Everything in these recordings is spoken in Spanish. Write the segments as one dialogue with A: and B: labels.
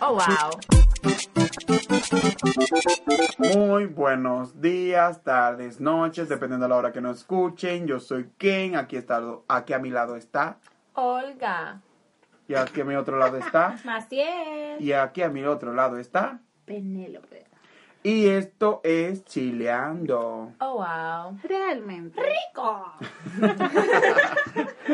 A: Oh, wow.
B: Muy buenos días, tardes, noches, dependiendo de la hora que nos escuchen. Yo soy Ken, aquí está, aquí a mi lado está,
A: Olga.
B: y aquí a mi otro lado está,
A: Maciel.
B: y aquí a mi otro lado está.
C: Penélope.
B: Y esto es Chileando.
A: Oh, wow.
C: Realmente.
D: ¡Rico!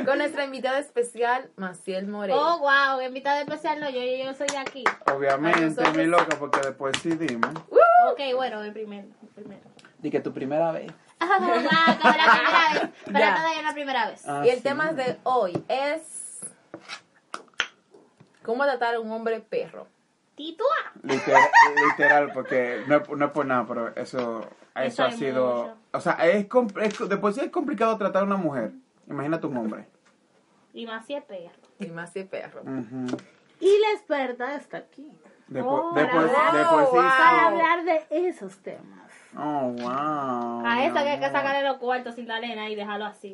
A: Con nuestra invitada especial, Maciel Moreno.
D: Oh, wow, invitado especial no, yo, yo, yo soy de aquí.
A: Ay,
B: Obviamente,
A: nosotros-
B: mi loca, porque después sí dime.
D: Ok, bueno, el primero. El primero.
B: Di que tu primera vez.
D: Ah, como la primera vez, pero
A: Ya.
D: todavía no es la primera vez.
C: Oh,
B: Ah,
A: y el
B: sí.
A: tema de hoy es... ¿Cómo tratar a un hombre perro?
D: Titua.
B: Literal, literal, porque no, es- no es por nada, pero eso, eso
D: Eso
B: ha
D: hay
B: sido...
D: mucho.
B: O sea, es, compl- es- de por sí es complicado tratar a una mujer. Imagínate un hombre.
D: Y más si es perro.
A: Y Maciel perro.
B: Ujú.
C: Y la experta está aquí
B: De,
C: Oh,
B: por, de por-
A: bravo.
B: de por sí.
A: Wow.
C: para hablar de esos temas.
B: Oh, wow.
D: A esa que hay que
B: mi amor.
D: sacarle los cuartos sin la arena y dejarlo así.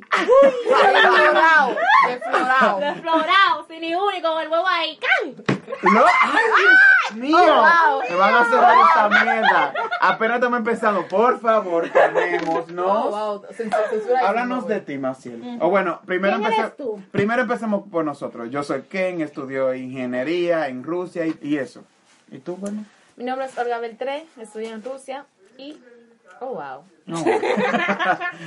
A: Deflorado. Deflorado.
D: Desflorado, sin ni uno y con el huevo ahí. ¡Can!
B: ¡No! ¡Ay, Dios
D: Oh,
B: mío! Me van a cerrar esta mierda. Apenas hemos empezado. Por favor, calmemos,
A: Oh,
B: ¿no?
A: wow. Censura- censura eso,
B: Háblanos
A: por
B: de
A: favor.
B: ti, Maciel.
D: Mm.
B: O bueno, primero,
C: ¿Quién
B: empece-
C: eres tú?
B: primero empecemos por nosotros. Yo soy Ken, estudió ingeniería en Rusia y, y eso. ¿Y tú, bueno?
A: Mi nombre es Olga Beltré, estudié en Rusia y... Oh, wow.
B: No.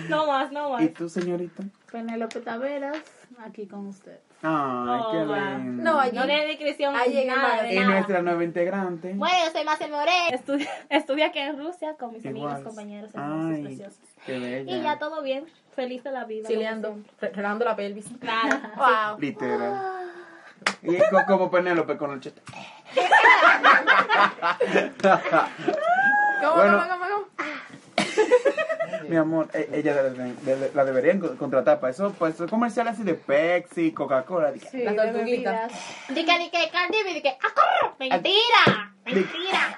D: No más, no más.
B: ¿Y tú, señorita?
C: Penélope Taveras, aquí con usted.
B: Ay,
D: Oh,
B: qué
D: wow.
B: lindo.
A: No,
D: No le dé discreción
A: Ahí llega
D: nada,
A: María.
D: de
B: y
D: nada.
B: nuestra nueva integrante.
D: Bueno, yo soy Marcel Moreno. Estudio, estudio aquí en Rusia con mis
B: Igual.
D: amigos, compañeros, hermosos,
B: Ay,
D: preciosos.
B: qué bella.
D: Y ya todo bien, feliz de la vida.
A: Chileando, re- relajando la pelvis.
D: Claro.
A: Wow.
B: Literal. Y es co- como Penélope con el chete.
A: ¿Cómo, cómo,
B: Bueno.
A: cómo, cómo?
B: Mi amor, e- ella la, deben- la deberían co- contratar para eso, para esos comerciales así de Pepsi, Coca-Cola. de que-
C: Sí,
A: La
C: de
A: tortuguita.
C: bebidas.
D: Di que, di que, Candy, di que, ¡ah, corre! mentira, mentira.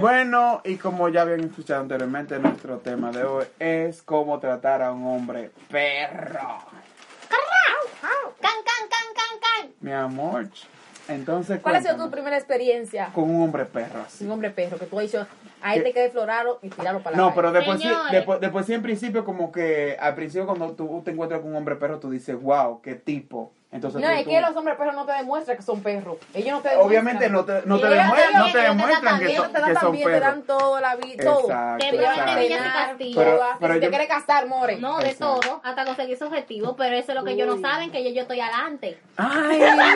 B: Bueno, y como ya habían escuchado anteriormente, nuestro tema de hoy es cómo tratar a un hombre perro.
D: Can, can, can, can, can.
B: Mi amor, entonces,
A: ¿Cuál ha sido tu
B: cuéntame,
A: primera experiencia
B: con un hombre perro así?
A: un hombre perro? Que tú has dicho, a él te que deflorarlo y tirarlo para la
B: No,
A: calle.
B: pero después sí,
D: Señores.
B: después, después sí, en principio, como que al principio cuando tú te encuentras con un hombre perro, tú dices, wow, qué tipo. Entonces,
A: No,
B: tú-
A: es
B: tú-
A: que los hombres perros no te demuestran que son perros. Ellos no te demuestran.
B: Obviamente no te, no te,
A: Ellos te-
B: demue- no te
D: ellos te
B: demuestran
D: tratan
B: que
D: bien,
B: son,
A: Ellos te
B: que
A: dan
B: son
A: también, te dan
B: perros.
A: todo, la vida, todo.
B: Exacto,
A: Te llevan
B: exacto.
A: a cenar,
D: Pero-
A: todas.
B: pero
A: si te
B: yo-
A: quieres casar, more.
D: No, de
B: Exacto.
D: todo, hasta conseguir su objetivo, pero eso es lo que ellos
A: Uy.
D: no saben, que yo, yo estoy adelante.
B: Ay,
A: Claro,
B: no,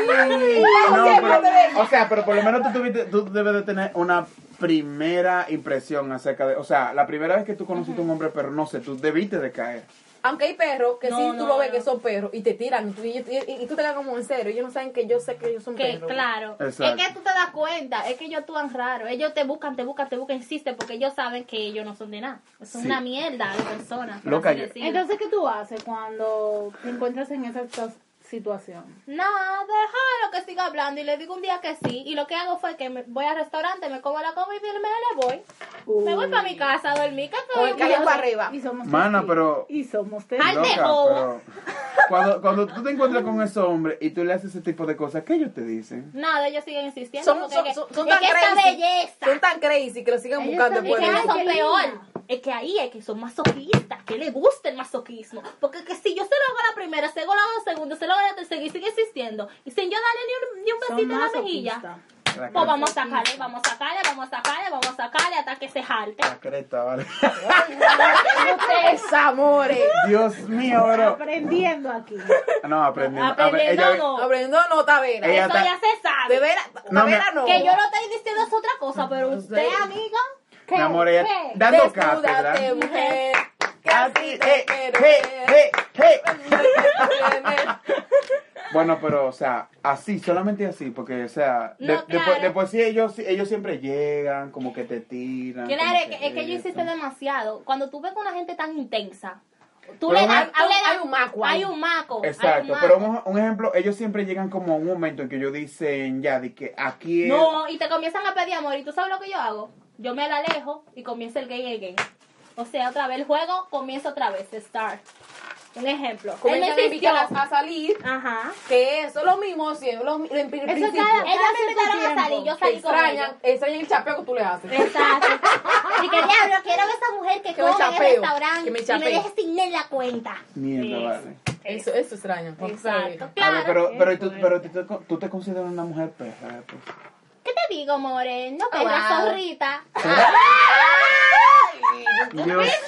A: siempre
B: pero-
A: te ven.
B: o sea, pero por lo menos tú, tuviste- tú debes de tener una primera impresión acerca de, o sea, la primera vez que tú conociste a un hombre perro, no sé, tú debiste de caer.
A: Aunque hay perros que
D: No,
A: sí, tú
D: no,
A: lo ves
D: no.
A: que son perros y te tiran. Y tú, y, y- y tú te quedas como en serio. Ellos no saben que yo sé que ellos son
D: Que,
A: perros.
D: claro,
B: Exacto.
D: es que tú te das cuenta, es que ellos actúan raro, ellos te buscan, te buscan, te buscan, insisten, porque ellos saben que ellos no son de nada. Son
B: Sí.
D: una mierda de personas. por
B: Loca,
D: así
B: yo-
D: decirlo.
C: Entonces, ¿qué tú haces cuando te encuentras en esa esta- situación?
D: No, déjalo que siga hablando y le digo un día que sí. Y lo que hago fue que me voy al restaurante, me como la comida y me la voy. Me voy para mi casa a dormir. ¿qué
A: O
D: coño?
A: el calle para arriba.
C: Y somos
B: Mana,
C: testigos.
B: pero-
C: Y somos
D: Ay,
C: testigos.
D: te bobo.
B: cuando, cuando tú te encuentras con ese hombre y tú le haces ese tipo de cosas, ¿qué ellos te dicen?
D: Nada, ellos siguen insistiendo.
A: Son,
D: porque
A: son,
D: que-
A: son, son
D: es
A: tan
D: que esta
A: crazy.
D: belleza.
A: Son tan crazy que lo siguen
C: Ellos
A: buscando
C: también
A: después
D: Es que
A: de
D: eso
C: Bueno,
A: eso.
C: qué
D: es
C: linda.
D: peor. Es que ahí es que son masoquistas. Que les gusta el masoquismo. Porque que si yo se lo hago a la primera, se lo hago a la segunda, se lo hago a la tercera y sigue existiendo. Y sin yo darle ni un, ni un
C: Son
D: besito en la
C: masoquistas.
D: mejilla. Pues vamos a sacarle, vamos a sacarle, vamos a sacarle, vamos a sacarle hasta que se jalte.
B: La creta, vale.
A: Ustedes, amores.
B: Dios mío, bro.
C: Aprendiendo aquí.
B: No, aprendiendo.
D: Aprendiendo,
B: Ella-
D: no.
A: Abriendo no, Tavera.
B: Ella
D: Eso
B: está-
D: ya se sabe.
A: De veras,
B: Eh, No,
A: Tavera
B: me-
A: no.
D: Que yo lo estoy diciendo es otra cosa, pero
A: No
D: usted,
A: sé.
D: amiga,
B: Mi amor, ella dando
A: Desnúdate,
B: cátedra.
A: mujer. Que así te
B: eh,
A: Pero
B: ¡Hey, hey, hey!
A: que-
B: Bueno, pero, o sea, así, solamente así, porque, o sea, de,
D: No,
B: de-
D: claro.
B: de por sí ellos, ellos siempre llegan, como que te tiran.
D: Claro,
B: como
D: es que, es que ellos
B: esto.
D: hiciste demasiado. Cuando tú ves con una gente tan intensa, tú
B: Pero
D: le
B: un-
D: das. tú
A: hay-
D: le das-
A: hay un maco ahí.
D: Hay un maco. hay un
B: Exacto,
D: maco.
B: pero un, un ejemplo, ellos siempre llegan como a un momento en que ellos dicen, ya, de que aquí es...
D: No, y te comienzan a pedir amor. ¿Y tú sabes lo que yo hago? Yo me la alejo y comienza el game again. O sea, otra vez el juego comienza otra vez. Start. Un ejemplo. Él me
A: Comienzan a
D: insistió.
A: invitarlas a salir.
D: Ajá.
A: Que eso es lo mismo siempre. Lo, mi- en pri-
D: Eso
A: principio.
D: cada- ellas
A: Cada
D: me
A: cierto
D: invitaron a
A: tiempo
D: salir, yo
A: te
D: salí con
A: extrañan,
D: ellas.
A: extrañan el chapeo que tú le haces.
D: Exacto. Y que diablo, quiero ver a esa mujer que,
A: Que me
D: come en
A: chapeo,
D: el restaurante
A: que me
D: y me
A: chapee.
D: deje sin en la cuenta.
B: Mierda,
D: Eso,
B: vale.
A: Eso, eso extraña. porque
D: Exacto.
B: A
D: Claro.
B: ver, pero, pero, tú, pero tú, te, tú te consideras una mujer perra, pues.
D: ¿Qué te digo, More? No, pero
A: Oh, Wow.
D: zorrita.
B: Dios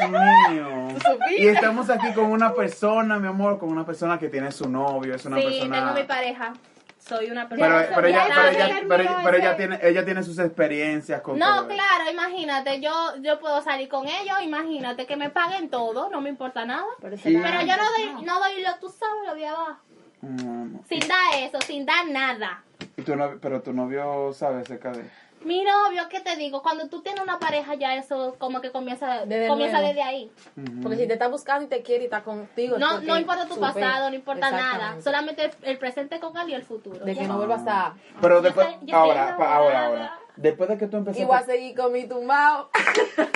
B: mío.
A: supiste?
B: Y estamos aquí con una persona, mi amor, con una persona que tiene su novio, es una
D: sí,
B: persona...
D: tengo mi pareja. Soy una persona.
B: Pero, pero, ella,
D: Ya
B: pero,
D: sabe.
B: ella, pero, pero ella tiene ella tiene sus experiencias con
D: No,
B: todo eso.
D: claro, imagínate, yo yo puedo salir con ellos, imagínate que me paguen todo, no me importa nada. Pero,
B: Sí.
D: yo no doy, no doy lo, tú sabes, lo de abajo.
B: Mm,
D: Sin dar eso, sin dar nada.
B: y tu novio- pero tu novio sabe acerca de
D: Mi novio, ¿qué te digo? Cuando tú tienes una pareja ya eso como que comienza
A: Desde
D: comienza
A: luego.
D: desde ahí.
B: Ujú.
A: Porque si te está buscando y te quiere y está contigo. es
D: No,
A: porque
D: no importa tu
A: supe.
D: pasado, no importa nada.
A: Exactamente.
D: Solamente el, el presente con él y el futuro.
A: De
D: ya.
A: que no vuelvas a.
B: Pero
D: Yo
B: después,
D: estoy- yo estoy
B: ahora, pa- ahora,
D: enamorada.
B: ahora. Después de que tú empezaste.
A: Y voy a seguir con mi tumbao.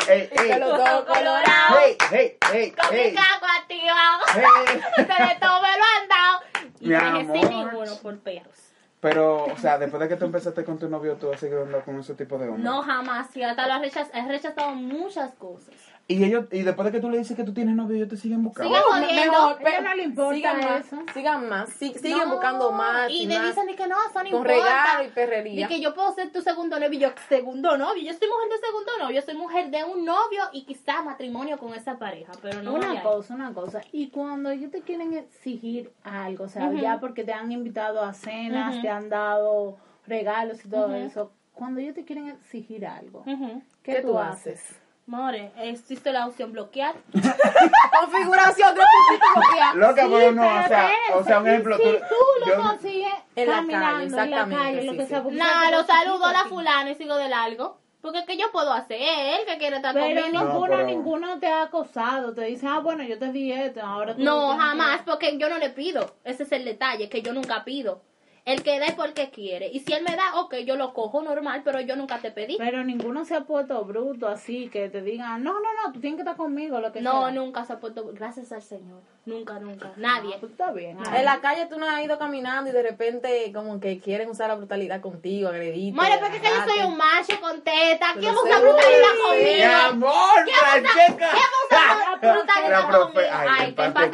B: Ey,
A: Y
B: ey,
A: con los ojos colorados.
B: hey, hey, hey,
D: Con
B: hey,
D: mi caco activado.
B: hey.
D: Se le tomó el andado. Y
B: Mi
D: me dejé sin
B: amor.
D: ninguno por perros.
B: Pero, o sea, después de que tú empezaste con tu novio, tú has seguido andando con ese tipo de hombres.
D: No, jamás. Y hasta lo has rechaz- he rechazado muchas cosas.
B: Y ellos, y después de que tú le dices que tú tienes novio, ellos te siguen buscando.
D: Sí.
C: Mejor,
A: pero-
C: ella no le importa
A: sigan
C: eso.
A: más, sigan más, si- sigan
D: No.
A: buscando más y,
D: Y me
A: más.
D: dicen de que no, son
A: con regalo y perrería.
D: que yo puedo ser tu segundo novio. Y yo, segundo novio. Yo soy mujer de segundo novio. Yo soy mujer de un novio y quizá matrimonio con esa pareja. Pero no. voy
C: Una
D: a-
C: cosa, una cosa. Y cuando ellos te quieren exigir algo, o sea,
D: Ujú.
C: ya porque te han invitado a cenas,
D: Ujú.
C: te han dado regalos y todo
D: Ujú.
C: eso, cuando ellos te quieren exigir algo,
D: Ujú.
C: ¿qué, tú haces?
D: More, existe la opción bloquear.
A: Configuración este tres puntitos bloqueados.
B: Loca, pero no, o
C: Pero
B: sea,
C: es,
B: o sea, un
C: y
B: ejemplo,
C: si
B: tú.
C: tú lo
B: yo-
C: consigues
A: En la calle,
C: caminando en la
A: exactamente,
C: calle, lo
A: sí,
C: que
A: sí.
C: sea, porque
D: No,
C: sabes
D: lo
C: que los chiquitos
D: saludo a la
C: aquí-
D: fulana y sigo de largo. Porque ¿qué yo puedo hacer? Es él que quiere estar
C: Pero
D: conmigo.
C: ninguno,
B: pero-
C: ninguno te ha acosado, te dice, ah, bueno, yo te di esto, ahora tú
D: No,
C: tienes que-
D: jamás, porque yo no le pido. Ese es el detalle, que yo nunca pido. El que da es porque quiere. Y si él me da, ok, yo lo cojo normal, pero yo nunca te pedí.
C: Pero ninguno se ha puesto bruto así que te digan, no, no, no, tú tienes que estar conmigo, lo que
D: No,
C: sea.
D: nunca se ha puesto. Gracias al Señor. Nunca, nunca. Nadie.
C: Pues está bien.
A: En la calle tú no has ido caminando y de repente como que quieren usar la brutalidad contigo, agredirte.
D: More, porque es que yo soy
A: agarrarte.
D: un macho con teta. ¿Quién
A: Pero
D: usa
A: seguro,
D: brutalidad
A: sí.
B: Mi
D: conmigo?
B: amor, Francesca.
D: ¿Quién usa brutalidad
B: La profe,
D: conmigo?
B: ay, en
D: Ay, que
B: paz
D: en paz
A: Ay, en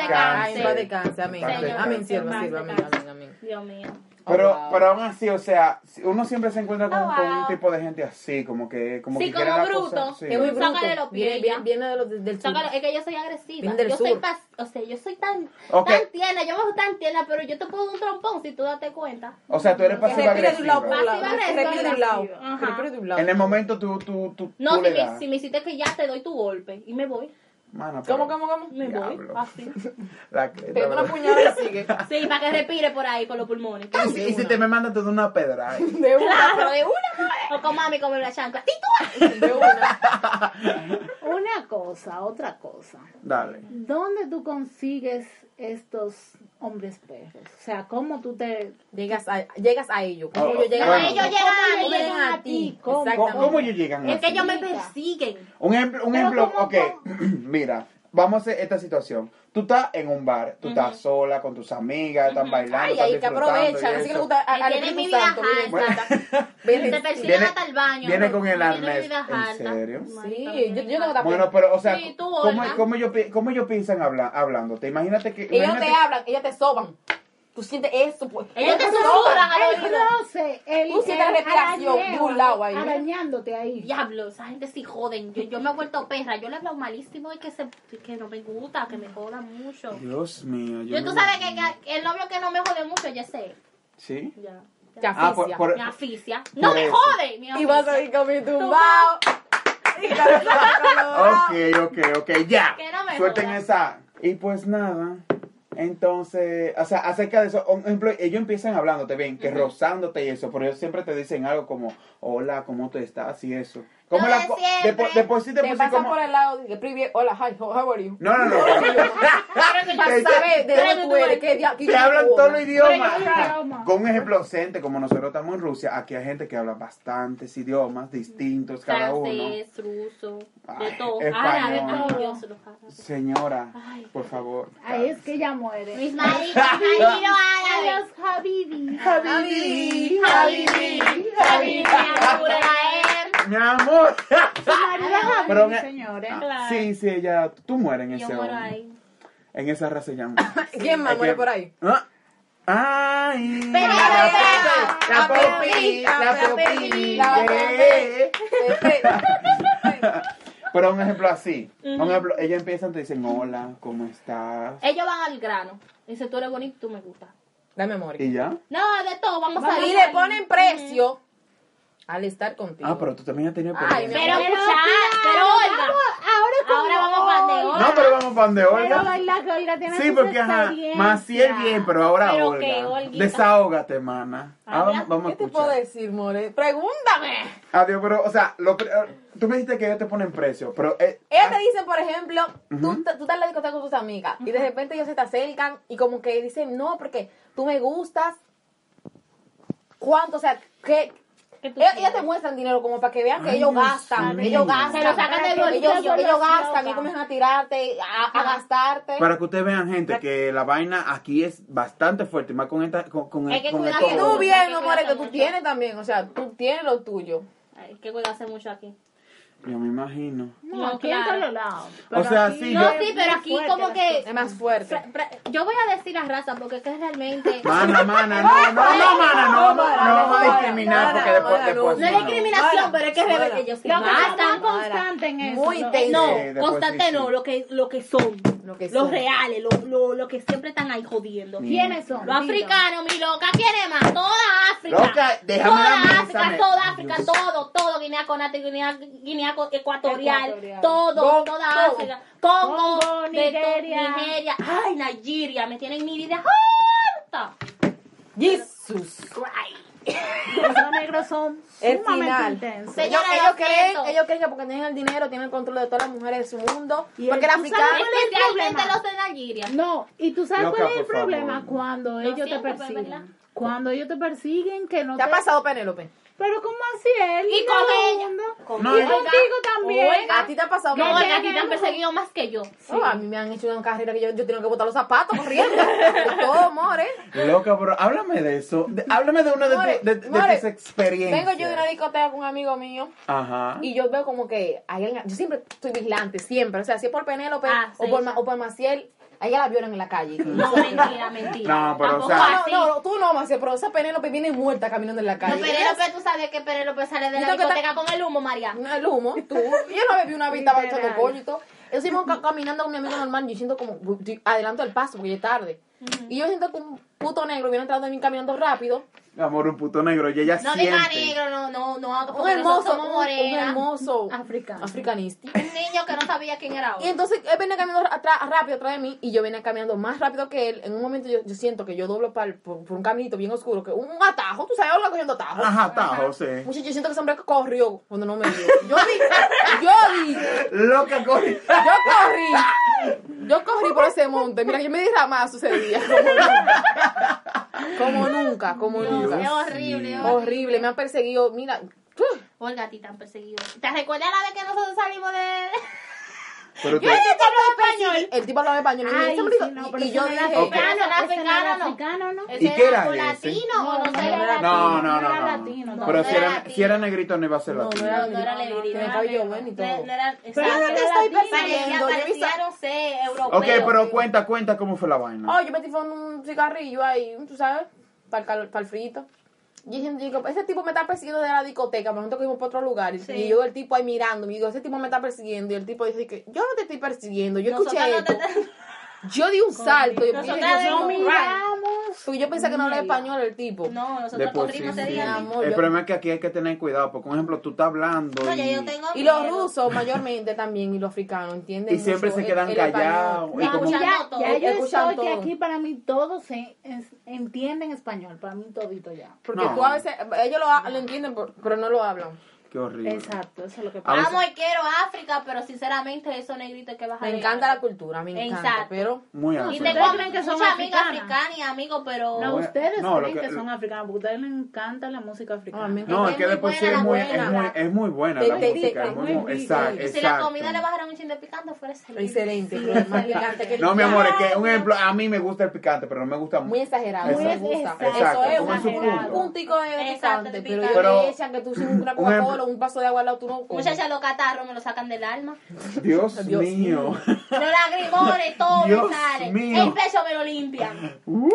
D: descanse.
A: paz descanse, amén.
B: En paz
A: Amén,
B: descanse.
A: amén, sierva,
D: En paz
A: sierva, amén,
D: descanse.
A: amén, amén.
D: Dios mío.
B: Pero,
A: Oh, wow.
B: pero aún así, o sea, si- uno siempre se encuentra con,
D: Oh, wow.
B: con un tipo de gente así, como que, como
D: Sí,
B: que quiere
D: como
B: la cosa-
D: bruto,
B: sí.
A: Es muy bruto.
D: Sácale los pies
A: Viene,
D: ya.
A: viene, viene de los, del sur.
D: Sácalo, es que yo soy agresiva.
A: Viene del
D: Yo soy
A: sur.
D: pas- o sea, yo soy tan,
B: Ok.
D: tan tierna, yo me soy tan tierna, pero yo te puedo dar un trompón si tú date cuenta.
B: O sea, tú eres
A: Que
B: pasiva
A: respire de un lado por
B: agresiva.
A: un lado.
D: Pasiva
A: Respire de un lado.
C: agresiva.
D: Ajá.
A: Respire de un
B: En
A: lado.
B: el momento tú, tú, tú,
D: No,
B: tú
D: si
B: le
D: me,
B: das.
D: si me hiciste que ya te doy tu golpe y me voy,
B: Mano, pero-
A: ¿Cómo, cómo, cómo?
D: me voy,
B: Diablo.
D: así.
B: La-
A: Te
B: la-
A: doy una puñalada y sigue.
D: Sí, para que respire por ahí, por los pulmones.
B: Y si- y si te me mandas, te doy una pedra. eh.
A: De una,
D: Claro, de una O con mami comer la chancla. ¡Y tú!
A: de una.
C: Una cosa, otra cosa.
B: Dale.
C: ¿Dónde tú consigues estos hombres perros? O sea, ¿cómo tú te...
A: Llegas a, llegas a ello. ¿Cómo
B: Oh,
A: yo llego
B: bueno.
A: a ello?
D: Ellos
A: ¿Cómo
D: llegan a mí,
A: llegan a ti?
C: ¿Cómo?
B: ¿Cómo,
A: Exactamente.
B: cómo ellos llegan
D: Es
B: así?
D: que ellos me persiguen.
B: Un ejemplo, un
C: Pero
B: ejemplo
C: ¿cómo,
B: ok. Mira, vamos a hacer esta situación. Tú estás en un bar, tú estás sola con tus amigas, están bailando,
A: Ay,
B: están
A: ahí que
B: disfrutando
A: aprovechan.
B: y
A: Así que le
B: eso.
A: gusta a- al
D: Tienen mi
A: Espíritu
D: vida
A: Santo. miren.
D: alta.
A: Ven,
D: Te
A: respira.
D: persiguen hasta el baño.
B: viene con el
D: Tienen mi
B: arnés.
D: vida
B: ¿En
D: alta.
B: serio?
A: Sí, yo, yo tengo que estar
B: Bueno, pero, o sea,
D: Sí, tú,
B: ¿cómo,
D: Olga.
B: cómo ellos, pi- cómo ellos piensan habla, hablándote? Imagínate que...
A: Ellos no
B: imagínate
A: te hablan, ellos te soban. Tú sientes eso, pues.
D: Ellos te susurran
A: soban.
D: al
C: El
D: oído.
C: roce, el,
A: Tú sientes la
C: el
A: respiración de un lado
D: ¿eh?
A: ahí.
C: arañándote ahí.
D: Diablo, esa gente sí joden. Yo, yo me he vuelto perra. Yo le he hablado malísimo y que, se, que no me gusta, que me joda mucho.
B: Dios mío.
D: Yo
B: no-
D: tú sabes que, que el novio que no me jode mucho, ya sé.
B: ¿Sí?
D: Ya.
A: Te
B: Ah, por-
A: asfixia.
B: por-
D: Me aficia. ¡No
B: Por
D: me
B: eso.
D: jode! Me
A: Y vas a
D: asfixia.
A: ir con mi tumbao. Y con el colorado.
B: Ok, ok, ok, ya.
D: Que no me
B: Suelten
D: jodan.
B: esa. Y pues nada. Entonces, o sea, acerca de eso, un ejemplo, ellos empiezan hablándote bien, que rozándote y eso, pero ellos siempre te dicen algo como, hola, ¿cómo te estás? Y eso. Como
D: Lo
B: la
D: de
B: co-
D: siempre.
B: de por- de por sí, de
A: Te
B: por sí,
A: pasan
B: como...
A: por el lado y que "Privi- hola, hi, how are you?
B: No, no, no.
A: Para saber de dónde tú eres, qué día- qué
B: Te
A: día
B: hablan
A: tú
B: todos los
A: eres.
C: Pero yo no hablo
B: idiomas.
C: idioma.
B: Con un ejemplo docente, como nosotros estamos en Rusia, aquí hay gente que habla bastantes idiomas distintos cada uno.
D: Francés, ruso, de
B: Ay,
D: todo.
B: español.
D: Árabe, ay, Dios, los árabes.
B: Señora,
D: Ay.
B: por favor.
C: Ahí Ah, es que ella muere.
D: Mis maridos, marido
C: A
D: árabe.
C: los Habibi.
B: Habibi,
D: Habibi, Habibi, Abdulaer.
B: Mi amor.
C: Su marido es Habibi,
B: Pero me-
C: señores.
D: Claro.
B: Sí, sí, ella, tú mueres en
D: Yo
B: ese
D: muero
B: hombre.
D: ahí.
B: En esa raza ya
A: ¿Quién más
B: Es
A: muere
B: que-
A: por ahí?
B: Ah. Ay,
D: Pero,
B: la popi, la
A: pero,
B: popi, la
A: pero,
B: popi,
A: pero,
B: eh.
A: Este,
B: Pero un ejemplo así, un ejemplo, ellos empiezan, te dicen hola, ¿cómo estás?
D: Ellos van al grano. Dice, tú eres bonito, tú me gustas.
A: Dame amor.
B: ¿Y ya?
D: No, de todo, vamos a
A: Y
D: salir.
A: le ponen precio al estar contigo.
B: Ah, pero tú también has tenido
A: Ay,
B: experiencia.
D: Pero,
A: Pero,
D: escucha, pero Olga,
C: Ahora, como
D: ahora vamos para de
B: No, pero vamos para donde
C: Pero
B: Olga.
C: baila que Olga tiene
B: Sí,
C: sus
B: porque ajá,
C: experiencias.
B: Maciel bien, pero ahora
D: Pero
B: Olga.
D: que Olguita.
B: Desahógate, mana. Ah,
D: Habla.
B: vamos, vamos a
A: ¿Qué te puedo
B: escuchar.
A: decir, more? Pregúntame.
B: Adiós, pero, o sea, lo pre- tú me dijiste que ellos te ponen precio, pero... eh,
A: Ellos
B: ah,
A: te dicen, por ejemplo, tú, tú estás en la discoteca con tus amigas y de repente ellos se te acercan y como que dicen, no, porque tú me gustas. ¿Cuánto? O sea, que
D: ¿Qué tú
A: ellos,
D: quieres?
A: ellos te muestran dinero como para que vean que
B: Ay,
A: ellos
B: Dios
A: gastan,
B: mío.
A: ellos gastan.
D: Se lo sacan del bolsillo
A: Ellos,
D: por
A: ellos
D: los
A: gastan,
D: locos.
A: y comienzan a tirarte, a, a gastarte.
B: Para que ustedes vean, gente, que la vaina aquí es bastante fuerte, más con esta... Con, con,
D: Hay que
B: con
D: cuidar
B: esto-
D: que
A: Tú bien,
D: Hay que
A: more, que
D: cuidarse
A: tú
D: mucho.
A: tienes también, o sea, tú tienes lo tuyo.
D: Ay, que cuidarse mucho aquí.
B: Yo me imagino.
C: No, aquí
D: claro.
C: en todos lados.
B: O sea, sí,
D: No,
B: yo-
D: sí, pero aquí como que...
A: Es más fuerte.
D: fra- fra- Yo voy a decir la raza porque es que realmente...
B: Mana, mana, no, no, no, mana, no, vamos- no, vamos a discriminar
A: Mana,
B: porque después...
A: mana,
B: después
D: No es
B: sí,
D: discriminación,
A: Mala,
D: pero es que
A: mala.
D: realmente ellos sí
C: Lo que
D: gastan.
C: son constante en eso.
A: Muy
C: ¿no?
A: intenso.
D: No,
B: Sí, Eh, después
D: constante
B: sí, sí.
D: no, lo que, lo que son.
A: Lo que
D: los
A: son.
D: reales, los lo, lo que siempre están ahí jodiendo.
C: ¿Quiénes son?
D: Los africanos, mi loca, ¿quién es más? Toda África.
B: Loca, déjame
D: toda
B: la mesa,
D: África,
B: me-
D: toda África,
B: Dios.
D: todo, todo. Guinea Conakry, Guinea, Guinea Co- Ecuatorial,
C: Ecuatorial.
D: todo,
A: Congo,
D: toda
A: Congo.
D: África. Congo,
C: Congo,
D: de to-
C: Nigeria.
D: Nigeria. Ay, Nigeria, me tienen mi vida harta.
A: Jesus.
D: Christ.
C: Los negros son
A: El
C: sumamente
A: final.
C: intensos.
D: Sí.
A: Ellos,
D: Señora,
A: ellos
D: lo
A: creen,
D: siento.
A: ellos creen que porque tienen el dinero tienen el control de todas las mujeres de su mundo.
C: Y
A: porque
C: el-
A: la
C: ¿tú sabes
A: africana.
C: cuál es el
D: Especialmente
C: problema?
D: los de Nigeria.
C: No, y tú sabes
B: Loca,
C: cuál es el
B: por favor.
C: problema cuando ellos te
D: siento, pero ¿verdad?
C: persiguen. Cuando ellos te persiguen, que no
A: ¿Te
C: te.
A: ha pasado, Penélope?
C: Pero ¿cómo así él?
D: Y
C: no,
D: con
C: no,
D: ella.
C: no.
D: Con
B: No,
C: y
B: Olga,
C: contigo también.
A: Oiga, ¿A ti te ha pasado,
D: No, porque
A: Penélope?
D: a ti te han perseguido más que yo.
A: Oh, a mí me han hecho una carrera que yo, yo tengo que botar los zapatos corriendo. Por todo, amor, ¿eh?
B: Loca, pero háblame de eso. De- háblame de una de,
A: More,
B: tu- de- de
A: more.
B: tus experiencias.
A: Vengo yo de una discoteca con un amigo mío
B: Ajá.
A: y yo veo como que hay alguien- yo siempre estoy vigilante, siempre. O sea, si es por Penélope
D: Ah,
A: o,
D: sí.
A: por, Ma- o por Maciel, a ella la violan en la calle.
D: No, mentira, mentira.
B: No, pero, o
D: Tampoco
B: sea-
D: así.
A: No, no, tú no, Maciel, pero esa Penélope viene muerta caminando en la
D: No,
A: calle.
D: Penélope, tú sabes que Penélope sale de
A: Yo
D: la
A: tengo que
D: discoteca con el humo, María.
A: No, el humo, tú. Yo no bebí una vista
C: Literal.
A: echando pollo y todo. Yo sigo ca- caminando con mi amigo normal. Yo siento como. yo Adelanto el paso porque ya es tarde. Y yo siento que un puto negro viene atrás de mí caminando rápido.
B: Amor, un puto negro. Y ella
D: No diga
B: siente.
D: negro, no, no, no,
A: Un
D: porque nosotros
A: hermoso.
D: somos
A: Un, un
D: morenas.
A: hermoso.
C: Africano.
A: Africanista.
D: Un niño que no sabía quién era
A: Y
D: otro.
A: entonces él venía caminando atrás, rápido atrás de mí y yo venía caminando más rápido que él. En un momento yo, yo siento que yo doblo pa'l- por, por un caminito bien oscuro, que un, un atajo, tú sabes, Olga cogiendo atajos.
B: Ajá, está, José.
A: Muchachos, yo siento que ese hombre corrió cuando no me vio. Yo vi, yo vi.
B: Loca, corre.
A: Yo corrí. Yo corrí por ese monte. Mira, yo me di ramazo ese día. Como nunca. Como
D: Dios,
A: nunca. Como
D: es
A: nunca.
D: horrible,
B: mío.
D: es
A: Horrible. Me han perseguido. Mira. ¡uh!
D: Olga, a ti te han perseguido. ¿Te recuerdas la vez que nosotros salimos de...?
B: Pero tú-
D: Yo no español.
A: El tipo hablaba español. y, me
C: Ay,
A: dice,
C: sí,
A: "Maldito",
C: no,
A: y-
C: pero
A: y yo
C: eso no
A: dije,
C: era
D: africano,
C: africano,
D: era
C: ese no era
D: africano, no.
C: africano, no.
D: Ese
B: ¿Y qué era
D: con
B: ese?
D: latino
C: No,
D: o no,
C: no
D: sé,
C: era
D: era
C: latino.
B: No, no,
C: No era
B: no,
C: latino,
B: no.
C: no.
B: Pero
D: No
B: si
D: era
B: era,
D: latino.
B: si era negrito, no iba a ser
A: No, no
B: latino.
A: era
D: No, no era
A: negro,
D: legrino.
A: Tiene
D: era
A: cabello
D: negro.
A: bueno y
D: No,
A: todo.
D: no era-
C: Pero yo no te
D: exacto.
C: estoy
D: Parecía,
A: persiguiendo, yo he visto-
D: parecía, no sé, europeo.
B: ok, pero
A: sí.
B: cuenta, cuenta cómo fue la vaina.
A: Oh, yo me tifón un cigarrillo ahí, tú sabes, para el, calor, para el frito. Y yo digo, ese tipo me está persiguiendo de la discoteca, por ejemplo, que fuimos para otro lugar. Y-
D: Sí.
A: Y yo, el tipo ahí mirando, me digo, ese tipo me está persiguiendo. Y el tipo dice que yo no te estoy persiguiendo, yo
D: Nosotras
A: escuché
D: no
A: esto.
D: te-
A: Yo di un salto. Yo
D: Nosotras
A: dije,
D: de-
A: yo soy un
D: no,
A: raro.
C: Miramos
A: Porque yo pensé que no hablaba
C: Mierda.
A: español el tipo.
D: No, nosotros
B: De por
D: corrimos
B: sí,
D: ese
B: sí.
D: día.
A: Mi amor,
B: El
A: yo-
B: problema es que aquí hay que tener cuidado, porque, por ejemplo, tú estás hablando
D: No,
B: y,
D: ya yo tengo
A: Y los
D: miedo.
A: rusos mayormente también, y los africanos, ¿entienden?
B: y siempre
A: mucho
B: se
A: el-
B: quedan
A: el español.
B: callados. y
D: No,
B: como-
D: ya-
C: Ah, ya,
D: todo.
C: ya yo
A: Escuchan
C: estoy que
A: todo.
C: aquí para mí todos se- es- entienden español, para mí todito ya.
A: Porque
B: No.
A: tú a veces, ellos lo, ha- lo entienden, por- pero no lo hablan.
B: Qué horrible.
C: Exacto, eso es lo que
B: A
C: pasa.
B: veces-
D: Amo y quiero África, pero sinceramente esos negritos que vas a
A: Me
D: llegar.
A: encanta la cultura, me encanta,
D: Exacto.
A: pero...
B: Muy
D: Y
B: áspero.
D: tengo
C: ¿Ustedes creen que son
D: muchas amigas
C: africanas?
D: africanas y amigos, pero...
C: No,
B: Bueno,
C: ustedes
B: no, lo
C: creen
B: que-
C: que, son africanos, porque a ustedes les encanta la música
A: Ah, me
C: africana.
B: No, es
D: Es
B: que
D: muy
B: de por sí
D: buena,
B: es muy,
D: la
B: es
D: buena.
B: muy, es muy buena
A: Te-
B: la
A: te-
B: música.
A: te-
B: Es muy,
C: muy
B: bu-
C: rica.
B: exacto,
D: Y si la
B: exacto.
D: comida le bajaron un chin de picante, fuera excelente.
A: Excelente.
C: Sí,
A: pero es más
C: excelente.
A: picante que el
B: No, mi
A: diablo.
B: amor, es que un ejemplo, a mí me gusta el picante, pero no me gusta
A: Muy
B: mucho.
A: exagerado.
B: Muy
A: me gusta. Eso
C: exacto,
A: es
C: como
A: un,
C: en su
A: un
C: punto.
A: puntico de picante,
D: Exacto, de
A: pero
D: picante.
A: ellos
B: Pero-
A: le echan que tú sin una
B: un ejemplo-
A: Coca-Cola, un vaso de agua al lado, tú no comes.
D: Muchachas, los catarros me lo sacan del alma.
B: Dios,
A: Dios
B: mío.
D: Los lagrimones, todo
B: Dios
D: me sale.
B: mío.
D: El pecho me lo limpian.
B: Uh,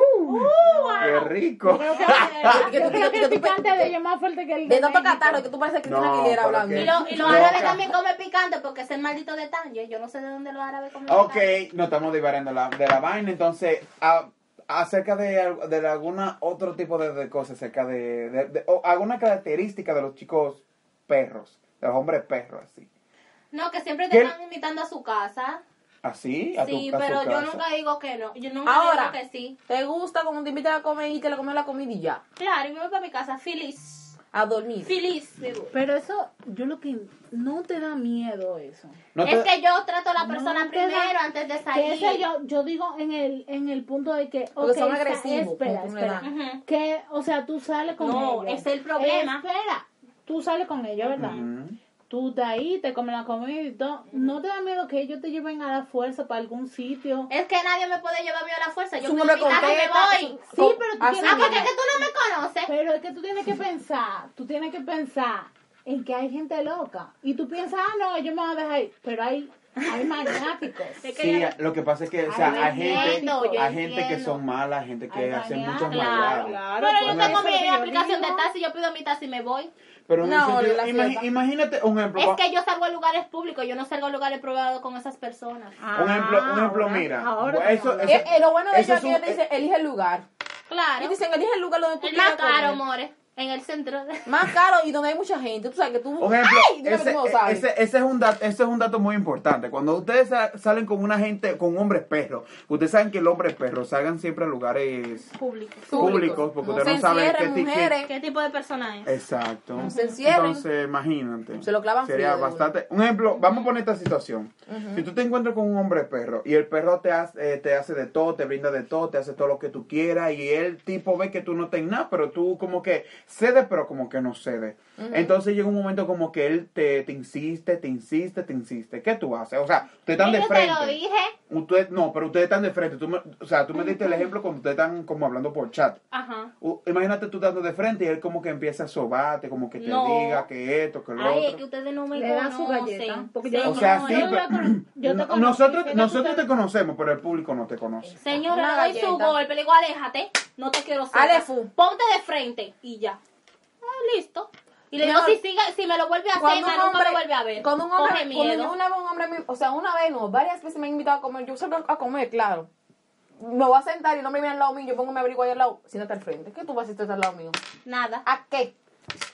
B: ¡Qué rico!
A: Que tú-
C: Yo creo
A: que
C: que el
A: tú-
C: picante de ellos es más fuerte que el
A: De tanto
C: México.
A: catarro que tú pareces Cristina
B: No,
A: Aguilera
B: ¿para
A: hablando.
B: qué?
D: Y, lo- y los
B: Loca.
D: árabes también comen picante porque es el maldito de tan. Yo, yo no sé de dónde los árabes comen
B: Ok,
D: picante.
B: no estamos divariando la, de la vaina, entonces, a- acerca de, al- de alguna otro tipo de, de cosas, acerca de, de- de- o alguna característica de los chicos perros, de los hombres perros, así.
D: No, que siempre te
B: ¿Qué?
D: están invitando a su casa.
B: ¿Así? A tu-
D: sí,
B: a su
D: pero yo
B: casa.
D: nunca digo que no. Yo nunca
A: Ahora.
D: digo que sí.
A: Te gusta como te invitan a comer y te le comes la comida y ya.
D: Claro, y me voy para mi casa feliz.
A: A dormir.
D: Feliz. me voy.
C: Pero eso, yo lo que no te da miedo eso.
B: No te-
D: Es que yo trato a la persona
C: No te da-
D: primero antes de
C: Que
D: salir.
C: ese yo, yo digo en el, en el punto de que,
A: Porque
C: ok,
A: son
C: está-
A: agresivos,
C: espera,
A: como tú me
C: espera.
A: das.
D: Ujú.
C: Que, o sea, tú sales con
D: No,
C: ellos.
D: ese es el problema.
C: Espera, tú sales con ellos, ¿verdad?
B: Ujú.
C: Tú de ahí te comes la comida y todo. ¿No te da miedo que ellos te lleven a la fuerza para algún sitio?
D: Es que nadie me puede llevar a la fuerza. Yo
A: Su
D: me
A: nombre
D: invitan y Ah, me
A: completo,
D: voy.
A: su-
C: Sí, pero tú
A: Así
C: tienes
D: Ah,
C: que
D: porque es que tú no me conoces.
C: Pero es que tú tienes que pensar, tú tienes que pensar en que hay gente loca. Y tú piensas, ah, no, yo me voy a dejar ir. Pero hay, hay magnáticos.
D: Es que
B: Sí,
D: yo-
B: lo que pasa es que o sea,
C: Ay, yo
B: hay gente,
D: entiendo, yo
B: hay gente que
D: entiendo.
B: son malas, gente que
C: Ay,
B: hace
C: mañana,
B: muchas
D: Claro,
B: maldades.
C: Claro,
D: Pero yo
C: por
D: tengo
C: eso
D: mi
C: es lo que yo
D: aplicación de
C: digo.
D: taxi, yo pido mi taxi y me voy.
B: Pero en un
A: No,
B: sentido-
A: la
B: imagi-
A: fiesta.
B: imagínate un ejemplo.
D: Es
B: va-
D: que yo salgo a lugares públicos, yo no salgo a lugares privados con esas personas.
B: un ejemplo, un ejemplo
C: Ah, ahora-
B: mira.
C: ahora
B: bueno, eso,
C: estamos hablando.
B: eso-
A: Eh, eh, lo bueno de
B: eso
A: ellos es
B: es
A: que
B: un- eh,
A: ellos te dicen, elige el lugar.
D: Claro.
A: Ellos dicen, elige el lugar donde tú
D: El más
A: quieras comer.
D: caro, more. En el centro. De...
A: Más caro y donde hay mucha gente. Tú sabes que tú...
B: Un ejemplo,
A: ¡Ay! Dime que
B: ese,
A: tú no lo sabes.
B: ese- ese es un dato, ese es un dato muy importante. Cuando ustedes sa- salen con una gente, con hombres perros, ustedes saben que el hombre perro salgan siempre a lugares.
D: Público.
B: públicos, porque usted
A: se
B: no sabe
A: encierren,
B: qué ti- qué-
A: mujeres.
D: ¿Qué tipo de persona
B: Eh,
D: es?
B: Exacto.
A: Se encierren.
B: Entonces, imagínate.
A: Se lo clavan
B: Sería
A: frío de
B: bastante. Un ejemplo, vamos a poner esta situación. Si tú te encuentras con un hombre perro y el perro te hace, eh, te hace de todo, te brinda de todo, te hace todo lo que tú quieras y el tipo ve que tú no tenés nada, pero tú como que cedes, pero como que no cedes. Entonces llega un momento como que él te, te insiste, te insiste, te insiste. ¿Qué tú haces? O sea, ustedes están
D: Yo
B: de
D: te
B: frente.
D: lo dije.
B: Ustedes, no, pero ustedes están de frente. Tú me- o sea, tú me diste el ejemplo cuando ustedes están como hablando por chat.
D: Ajá.
B: U- imagínate tú dando de frente y él como que empieza a sobarte, como que te
D: No.
B: diga que esto, que lo
D: Ay, es que
B: otro.
D: ustedes no me
C: Le da
D: conocen.
C: su galleta, porque yo-
B: O sea, sí,
C: yo
D: Señores,
C: la cono- yo te
B: pero-
C: conocí,
B: nosotros,
C: fíjate
B: nosotros
C: usted.
B: te conocemos, pero el público no te conoce.
D: Señora,
A: Una
D: le doy su
A: galleta.
D: golpe. Le digo, aléjate. No te quiero cerca.
A: Alefu.
D: Ponte de frente. Y ya. Ah, listo. Y le
A: Mi
D: digo,
A: amor,
D: si, sigue, si me lo vuelve a hacer,
A: Cuando
D: más
A: un
D: nunca
A: hombre,
D: me vuelve a ver.
A: cuando un hombre,
D: Coge
A: cuando
D: miedo.
A: una vez un hombre me- o sea, una vez no, varias veces me han invitado a comer, yo salgo a comer, claro. Me voy a sentar y no me viene al lado mío, yo pongo mi abrigo ahí al lado, siéntate al frente. ¿Qué tú vas a estar al lado mío?
D: Nada.
A: ¿A qué?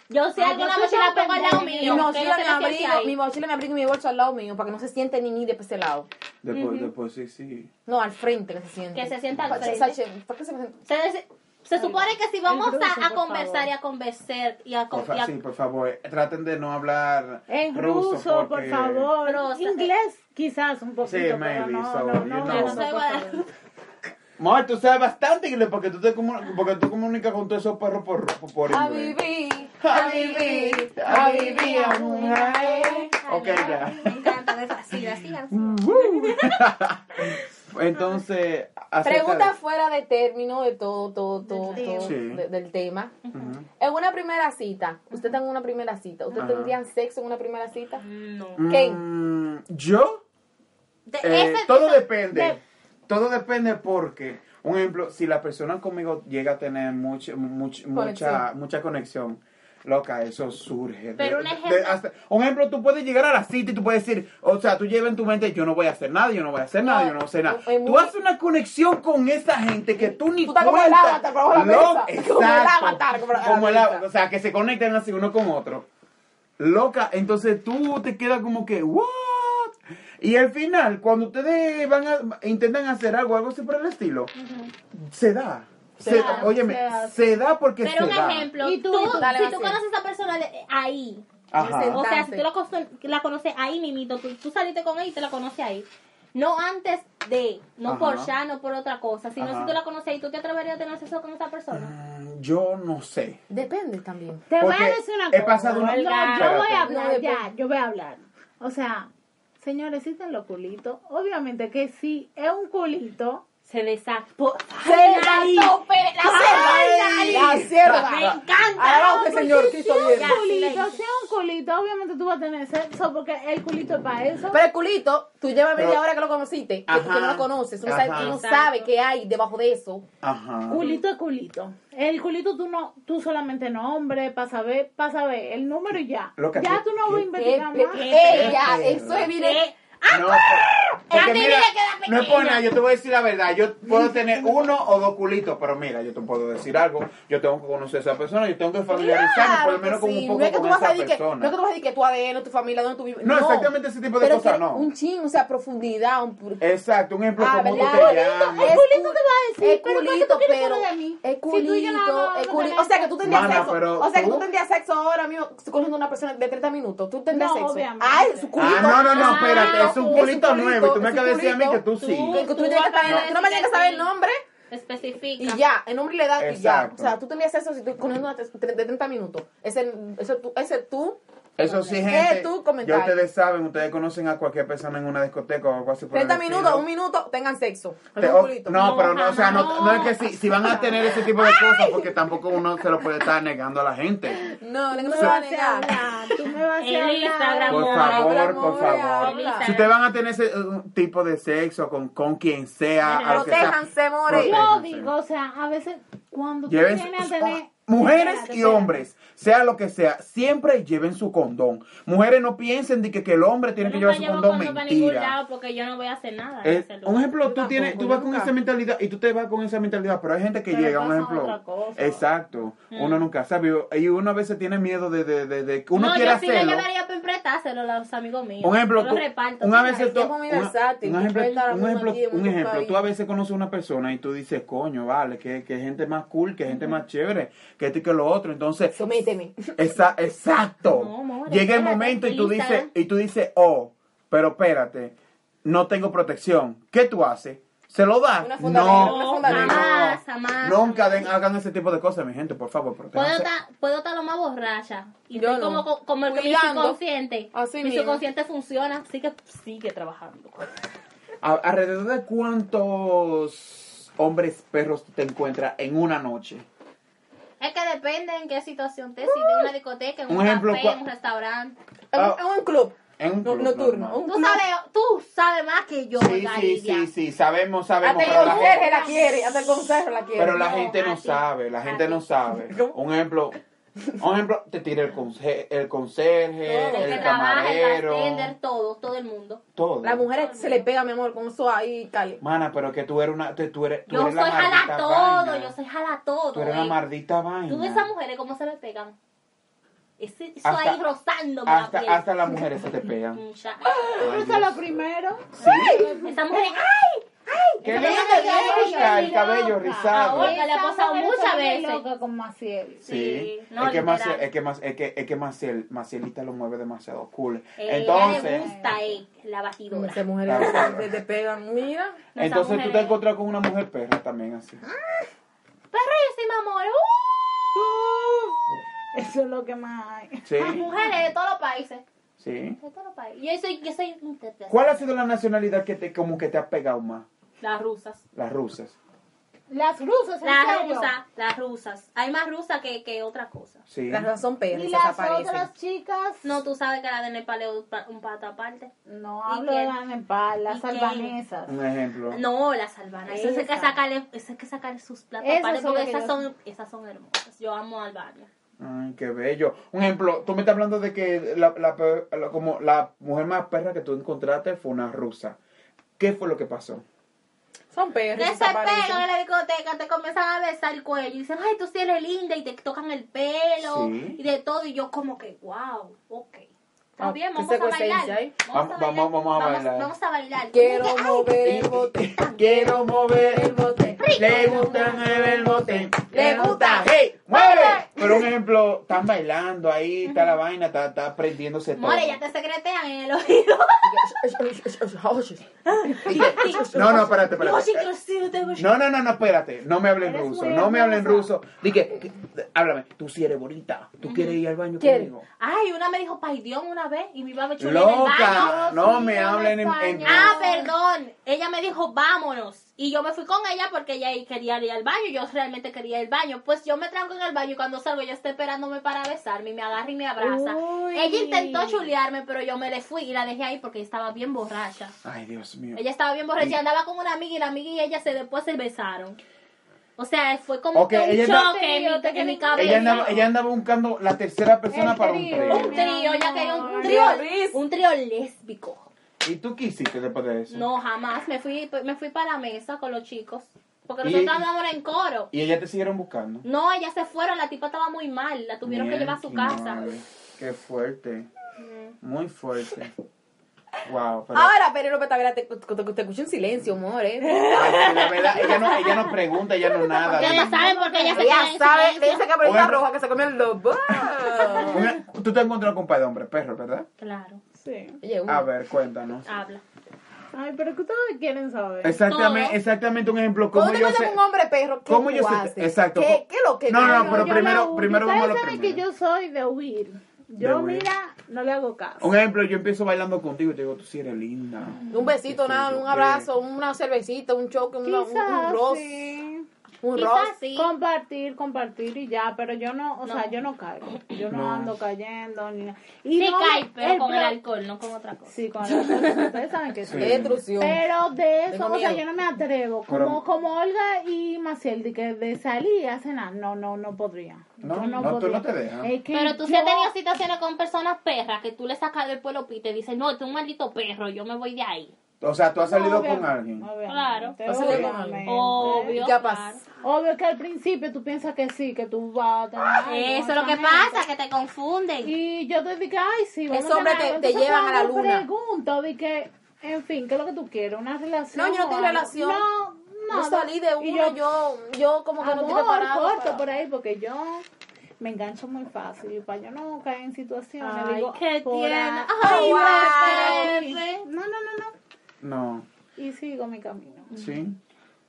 D: Yo si
C: Ah,
D: alguna
C: yo soy
D: mochila
C: tan
D: pongo al lado
C: pendeja.
A: Mi
D: mío. que yo
A: mochila,
D: sé
A: mi
D: que siempre
A: abrigo,
D: hay.
A: mi mochila, mi abrigo y mi bolso al lado mío, para que no se siente ni ni de ese lado.
B: Después, después sí, sí.
A: No, al frente que se siente.
D: Que se sienta al
A: Pa-
D: frente.
A: Sache- ¿Por qué se me sienta?
D: Se, des- se supone que si vamos
C: El ruso,
D: a, a
C: por
D: conversar
C: favor.
D: y a conversar y a, con-
B: Por fa-
D: y a-
B: sí, por favor, eh, traten de no hablar
C: En ruso, por
B: porque-
C: favor.
D: Ruso.
C: Inglés, quizás un poquito.
B: Sí,
C: pero
B: maybe,
C: no,
B: so,
C: no,
B: you
C: no, no,
B: know.
C: no,
D: Yo soy
C: por
D: guada-
C: favor.
B: Mor, tú sabes bastante inglés porque tú, te comu- porque tú comunicas con todos esos perros por, por, por
A: A
B: inglés.
A: vivir, a vivir, a vivir, a mujer.
B: Ok, ya.
D: Me encanta, me fascina, sigan, sigan.
B: Uh. Entonces, acerca
A: Pregunta
B: de-
A: fuera de término de todo, todo, todo, todo
B: Sí.
A: de- del tema.
B: Ujú.
A: En una primera cita, usted está en una primera cita, ¿usted
B: Ajá.
A: tendrían sexo en una primera cita?
D: No.
A: ¿Qué?
B: Mm, ¿Yo?
D: De-
B: Eh,
D: ese-
B: todo
D: eso-
B: depende.
D: de-
B: Todo depende porque, un ejemplo, si la persona conmigo llega a tener mucha mucha
A: Conexión.
B: mucha conexión, Loca, eso surge. de-
D: Pero un
B: de-
D: ejemplo-
B: de- hasta- un ejemplo, tú puedes llegar a la cita y tú puedes decir, o sea, tú llevas en tu mente, yo no voy a hacer nada, yo no voy a hacer nada,
A: No,
B: yo no voy a hacer nada.
A: es- es
B: Tú
A: muy-
B: haces una conexión con esa gente que tú ni
A: Tú estás como el
B: cuenta.
A: avatar, como la
B: Loca,
A: mesa, como el
B: exacto.
A: avatar, como la-
B: Como el
A: la
B: av-
A: mesa.
B: O sea, que se conectan así uno con otro. Loca, entonces tú te quedas como que, ¿what? Y al final, cuando ustedes van a, intentan hacer algo, algo así por el estilo, se da. Se,
A: Se
B: da,
A: da,
B: óyeme,
C: se
B: se
C: da.
B: da, porque
D: Pero
B: se
D: un
B: da.
D: ejemplo,
C: Y tú,
D: tú,
C: y tú,
A: dale,
D: si
A: va
D: tú
A: así.
D: conoces a esa persona de- ahí,
B: Ajá.
D: o sea, si
A: Sentarse.
D: tú la, cono- la conoces ahí, mimito, tú, tú saliste con ella y te la conoces ahí. No antes de, no
B: Ajá.
D: por ya, no por otra cosa, sino
B: Ajá.
D: si tú la conoces ahí, ¿tú te atreverías a tener sexo con esa persona?
B: Mm, Yo no sé.
A: Depende también.
C: Te voy
B: Porque
C: a decir una
B: he
C: cosa.
B: pasado una-
C: No, yo
B: Espérate.
C: voy a hablar,
A: No, después-
C: ya, yo voy a hablar. O sea, señores, si están los culitos, obviamente que sí, es un culito.
D: Se desactó.
A: ¡Ay,
D: ¡La cerda!
A: ¡Ay, la cerda!
D: ¡Me encanta!
A: Alabado sea el Señor, que hizo bien.
D: Ya,
C: Un
D: sí la
C: culito,
D: hice.
C: sea un culito, obviamente tú vas a tener sexo porque el culito es para eso.
A: Pero el culito, tú llevas media
B: Pero-
A: hora que lo conociste, que tú que no
B: Ajá.
A: lo conoces, no
B: Ajá.
A: sabes, tú no
D: Exacto.
A: sabes qué hay debajo de eso.
B: Ajá.
C: culito es culito. El culito tú no, tú solamente nombre, para saber, para saber el número y ya.
B: Lo que-
C: ya tú no vas a
A: Eh,
C: investigar
A: pe-
C: más.
A: Ella,
B: Este,
A: eso es evidente.
D: Eh,
B: No,
A: ¡Ah!
B: por- porque
D: Ya te
B: mira,
D: dije que era
B: no es por
D: pequeña.
B: nada, yo te voy a decir la verdad. Yo puedo tener uno o dos culitos, pero mira, yo te puedo decir algo. Yo tengo que conocer a esa persona, yo tengo que familiarizarme por
A: Claro
B: lo menos
A: que
B: con un
A: sí.
B: poco
A: no es que
B: con
A: tú vas
B: esa
A: a decir que,
B: persona.
A: No es que tú vas a decir que tu ADN, tu familia, donde tú vives.
B: No, exactamente ese tipo de
A: Pero
B: cosas,
A: que
B: no.
A: Un ching, o sea, profundidad. Un... pur-
B: Exacto, un ejemplo
A: Ah,
B: como tú
A: ¿verdad?
B: te
A: Culito,
B: llamas.
C: El
A: Es
C: culito
A: cul-
C: te va a decir,
A: es
C: pero ¿cuánto
A: culito,
C: tú quieres
A: pero-
C: saber de mí?
A: Es
C: Si tú y yo no
A: culito,
C: vamos a
A: es culi-
C: tener
A: O sea, que tú tendrías
B: Mana,
A: sexo.
B: pero
A: o sea, que
B: tú-
A: tú tendrías sexo ahora mismo con una persona de 30 minutos. Tú tendrías
C: No,
A: sexo.
C: obviamente.
A: Ay, su culito.
B: Ah, no, no, no,
D: Ah,
B: espérate, es un
D: es un
B: culito
A: culito,
B: nuevo. Y tú me
A: es un
B: acabas de decir a mí que tú
A: culito.
B: sí.
A: Que tú,
D: Tú
A: tienes que
D: vas a
A: saber- tú no me tienes que saber el nombre
D: especifica.
A: y ya, el nombre y la edad y ya.
B: Exacto.
A: O sea, tú tendrías sexo si tú con una de 30 minutos. Ese, ese, tú- ese tú.
B: Eso sí,
A: Eh,
B: gente.
A: tú,
B: ya
A: comentario.
B: ustedes saben, ustedes conocen a cualquier persona en una discoteca o algo así. por el
A: 30
B: estilo.
A: minutos, un minuto, tengan sexo. Es
B: Te-
A: un
B: o-
A: culito.
B: no,
D: No,
B: pero no, o sea, no, no es
D: jamás.
B: que si, si van a tener ese tipo de cosas, porque tampoco uno se lo puede estar negando a la gente.
A: No, no, no
C: Tú
A: se
C: me
A: va a
C: vas a
A: negar.
C: hablar, tú me vas a
D: El
C: hablar.
D: Instagram.
B: Por
D: Amor,
B: favor,
A: amor,
B: por favor.
A: habla.
B: Si ustedes van a tener ese eh, tipo de sexo con, con quien sea, a lo que sea,
A: Protéjanse, more.
C: Yo
B: protéjanse.
C: digo, o sea, a veces cuando tú
B: Lleven
C: vienes a tener...
B: mujeres
C: Espérate,
B: y
C: espérate.
B: hombres, sea lo que sea, siempre lleven su condón. Mujeres no piensen de que, que el hombre tiene que
D: Yo
B: llevar
D: nunca
B: su
D: llevo
B: condón,
D: cuando para ningún
B: mentira.
D: lado porque yo no voy a hacer nada. en
B: Eh,
D: ese lugar.
B: un ejemplo, tú,
A: Yo
B: tienes,
A: tampoco,
B: tú vas
A: yo
B: con
A: nunca.
B: esa mentalidad y tú te vas con esa mentalidad, pero hay gente que
C: Pero
B: llega, un
C: pasa
B: ejemplo.
C: otra cosa.
B: Exacto, uno nunca sabe. Y uno a veces tiene miedo de, de, de- de que uno
D: no,
B: quiera
D: yo sí me
B: hacerlo.
D: llevaría para empretárselo a los amigos míos.
B: Un ejemplo,
D: Yo
B: tú,
D: lo reparto.
B: una vez
A: sabes,
B: tú-
A: es muy
B: una-
A: versátil,
B: un
A: tú
B: ejemplo,
A: puedes estar
B: un
A: hablando
B: ejemplo,
A: aquí en
B: un
A: muchos
B: ejemplo, tú
A: países.
B: a veces conoces a una persona y tú dices, coño, vale, que, que gente más cool, que gente más chévere, que esto y que lo otro, entonces,
A: Sométeme.
B: esa- exacto,
D: No, amor,
B: llega el
D: espérate,
B: momento y tú
D: lista.
B: dices, y tú dices, oh, pero espérate, no tengo protección, ¿qué tú haces? ¿Se lo das?
A: Una
B: no,
A: fundadera, una fundadera.
B: no.
D: Jamás, jamás,
B: Nunca
D: jamás.
B: den- hagan ese tipo de cosas, mi gente, por favor,
D: Puedo
B: protéjanse.
D: estar, puedo estar lo más borracha. Y
A: Yo
D: estoy
A: no.
D: como, como el que mi
A: Cuidando.
D: subconsciente.
A: Así
D: mi
A: mismo.
D: subconsciente funciona, así que sigue trabajando.
B: A- ¿Alrededor de cuántos hombres perros te encuentras en una noche?
D: Es que depende en qué situación te si de una discoteca, en
B: Un
D: un,
B: ejemplo,
D: café,
B: cua-
D: en un restaurante.
A: En
B: Ah.
A: en un club.
B: En un
A: No-
B: club
A: nocturno.
B: normal.
A: Un
D: Tú
A: club.
D: sabes, tú sabes más que yo,
B: Sí, sí,
D: Galicia.
B: sí, sí, sabemos, sabemos.
A: Hasta el
B: Pero la,
A: conserje
B: gente,
A: la quiere. Hasta el conserje la quiere.
B: pero la
D: No,
B: gente no
D: así.
B: sabe, la gente no
D: Así.
B: sabe. Un ejemplo, un ejemplo, te tira el, conse- el
A: Todo.
B: conserje,
D: El que
B: el
D: trabaja, el
B: camarero,
D: bartender, todo, todo el mundo.
B: todo.
A: Las mujeres se le pega, mi amor, con eso ahí, Cali.
B: Mana, pero que tú eres una, te- tú eres, tú
D: Yo
B: eres
D: soy
B: la maldita
D: jala todo,
B: vaina.
D: yo soy jala todo.
B: Tú eres la
D: ey.
B: mardita vaina.
D: Tú ves esas mujeres cómo se me pegan. Ese, eso
B: Hasta-
D: ahí rozándome
B: hasta,
D: la piel.
B: hasta las mujeres se te pegan.
D: Mucha-
C: Pero eso es lo primero.
D: Esa mujer, ¡ay! ¡ay!
B: Que
D: Esa
B: me
D: mujer
B: gusta
D: está
B: que
D: loca.
B: Oscar, el cabello
C: loca.
B: rizado.
D: Ahora- Porque le ha pasado
C: mujer
D: muchas
C: se vuelve
D: veces.
C: loca con Maciel.
B: Sí,
D: Sí, no,
B: es, que Maciel,
D: literal.
B: es que Mac- es que es que Maciel, Macielita lo mueve demasiado cool.
D: Eh, a ella
B: Entonces,
D: le gusta eh, la batidora.
A: Esas mujeres
B: Claro.
A: se te pegan, mira.
D: No, esa
B: entonces tú
D: mujer
B: te
D: es-
B: encuentras con una mujer perra también así.
D: Perrísima, amor. ¡uh!
C: Eso es lo que más hay.
B: Sí,
D: Las mujeres de todos los países.
B: sí.
D: De todos los países. Yo soy, yo soy mm, intérprete.
B: ¿Cuál ha sido la nacionalidad que te como que te ha pegado más?
D: Las rusas.
B: Las rusas.
C: Las rusas, en
D: Las
C: serio.
D: rusas, las rusas. Hay más rusas que, que otra cosa.
B: Sí.
A: Las dos son perras,
C: Y
A: se
C: las
A: aparecen.
C: otras chicas.
D: No, tú sabes que la de Nepal es un pa- un pato aparte.
C: No
D: ¿Y
C: hablo
D: quién?
C: de las Nepal,
D: ¿Y
C: las
D: quién?
C: albanesas.
B: Un ejemplo.
D: No, las albanas. Eso es que
C: Esas.
D: sacarle, eso es que sacarle sus platos
C: Esas
D: aparte,
C: son
D: porque
C: las que
D: esas
C: yo-
D: son, esas son hermosas. Yo amo a Albania.
B: Ay, qué bello. Un ejemplo, tú me estás hablando de que la, la pe- la- como la mujer más perra que tú encontraste fue una rusa. ¿Qué fue lo que pasó?
A: Son perros.
D: Que se
A: desaparecen.
D: pegan en la discoteca, te comienzan a besar el cuello y dicen, ay, tú sí eres linda y te tocan el pelo
B: Sí.
D: y de todo. Y yo como que, wow, ok. Está
A: Ah,
D: bien,
A: ¿qué
D: vamos a
A: secuencia
D: bailar.
A: hay?
B: ¿eh? Vamos- vamos- vamos a bailar.
D: Vamos a bailar.
A: Quiero
D: Y dije, "Ay,
A: mover el bote.
B: Quiero mover
A: El bote.
B: Le gusta mover el bote.
A: Le gusta.
B: ¡Hey! ¡Mueve! Pero un ejemplo, están bailando ahí, está la vaina, está, está prendiéndose todo.
D: More, ya te secretean en el oído.
B: No, no, espérate,
D: Yo sí
B: espérate.
D: que sí, te voy-
B: No, no, no, no, espérate. No me hablen
D: Eres
B: ruso.
D: muy
B: No me hablen
D: hermosa.
B: ruso. Dije, que- háblame. Tú sí eres bonita. Tú quieres ir al baño
A: ¿Quieres?
B: conmigo.
D: Ay, una me dijo paidión una vez y me iba a ver chulina en el baño.
B: Loca. No
C: sí,
B: me
C: en
B: hablen en, en-
C: España.
D: Ah, perdón. Ella me dijo, vámonos. Y yo me fui con ella porque ella quería ir al baño. Yo realmente quería ir al baño. Pues yo me tranco en el baño y cuando salgo ella está esperándome para besarme y me agarra y me abraza.
C: Uy.
D: Ella intentó chulearme, pero yo me le fui y la dejé ahí porque estaba bien borracha.
B: Ay, Dios mío.
D: Ella estaba bien borracha y andaba con una amiga y la amiga y ella se después se besaron. O sea, fue como
B: Ok,
D: que un
B: ella anda-
D: choque en mi, en mi cabeza.
B: Ella andaba, ella andaba buscando la tercera persona
C: El
B: para un
C: trío.
D: Un
B: trío.
D: trío, ella quería un
C: amor.
D: trío,
A: Ris.
D: un trío lésbico.
B: ¿Y tú qué hiciste después de eso?
D: No, jamás. Me fui, me fui para la mesa con los chicos. Porque
B: Y-
D: nosotros andábamos en coro.
B: Y ellas te siguieron buscando.
D: No, ellas se fueron. La tipa estaba muy mal. La tuvieron que llevar a su
B: Mierda,
D: casa.
B: madre. Qué fuerte. Muy fuerte. Wow. Pero...
A: Ahora, Penélope Tavera, te, te, te escucho en silencio, amor, ¿eh?
B: Ay, sí, la verdad, ella no, ella no pregunta, ella no nada.
D: Ya la
B: Dime.
D: saben porque ellas se quedan
A: Ella
D: en
A: sabe, le
D: silencio.
A: dice que Penélope
B: Bueno.
A: Roja que se comió el lobo.
B: Una- Tú te has encontrado con un par de hombres, perros, ¿verdad?
D: Claro,
C: Sí.
A: Oye, uno.
B: A ver, cuéntanos.
D: habla.
C: Ay, pero que ustedes quieren saber.
B: Exactamente,
D: Todo.
B: exactamente un ejemplo. ¿Cómo
A: Cuando te
B: yo
A: encuentras
B: sé?
A: con un hombre perro, ¿qué
B: ¿Cómo
A: tú
B: yo sé-
A: haces?
B: exacto,
A: ¿Qué,
B: co-
A: qué es lo que
B: No,
A: tú
B: no,
A: haces?
B: pero
C: yo
B: primero-
C: no huyo.
B: primero
C: Ustedes
B: vamos a lo
C: saben que
B: primero.
C: yo soy de huir.
B: De
C: Yo,
B: huir.
C: mira, no le hago caso.
B: Un ejemplo, yo empiezo bailando contigo y te digo, tú sí eres linda.
A: Un besito, nada, un
B: Ok.
A: abrazo, una cervecita, un choque, un, un, un
C: Quizás
A: ros,
C: sí.
A: un ros.
D: Quizás sí.
C: Compartir, compartir y ya, pero yo no, o sea, yo no caigo. Yo no,
B: No.
C: ando cayendo ni nada. Y
D: Sí
C: no,
D: cae, pero con el
C: pro-
D: alcohol, no con otra cosa.
C: Sí, con el alcohol. Ustedes saben que sí.
A: Qué destrucción.
C: Pero de eso,
A: Tengo
C: o sea,
A: miedo.
C: yo no me atrevo. Como,
B: Pero-
C: como Olga y Maciel, de que de salir a cenar, no, no, no podría.
B: No,
C: Yo
B: no, tú no te dejas.
C: Es que
D: Pero tú sí
C: yo-
D: has tenido situaciones con personas perras que tú le sacas del pueblo y te dicen, no, tú eres un maldito perro, yo me voy de ahí.
B: O sea, tú has salido
C: Obvia-
B: con alguien.
D: Claro.
C: obviamente,
A: Ha salido con
C: obviamente.
A: alguien.
D: Obvio.
A: Ya
D: claro.
A: pasa.
C: Obvio que al principio tú piensas que sí, que tú vas a tener.
A: Ah,
C: algo
D: Eso
C: con
D: es lo que
C: esa gente.
D: pasa, que te confunden.
C: Y yo te dije, ay, sí, vamos
A: Esos hombres
C: a
A: te-
C: cenar.
A: te
C: Entonces,
A: llevan a la
C: cuando
A: luna.
C: pregunto, de que, en fin, ¿qué es lo que tú quieres? ¿Una relación?
A: No, yo no
C: o
A: tengo
C: algo?
A: relación.
C: No,
A: Yo
C: no.
A: salí de
C: Y
A: uno, yo, yo como que no estoy
C: Amor,
A: preparada.
C: corto
A: para-
C: por ahí, porque yo me engancho muy fácil. Y para yo no caer en situaciones,
D: Ay,
C: digo,
D: qué
C: por
D: tierna. Ay,
C: ahí,
D: Pepe.
C: por ahí. No, no, no, no.
B: No,
C: Y sigo mi camino.
B: sí.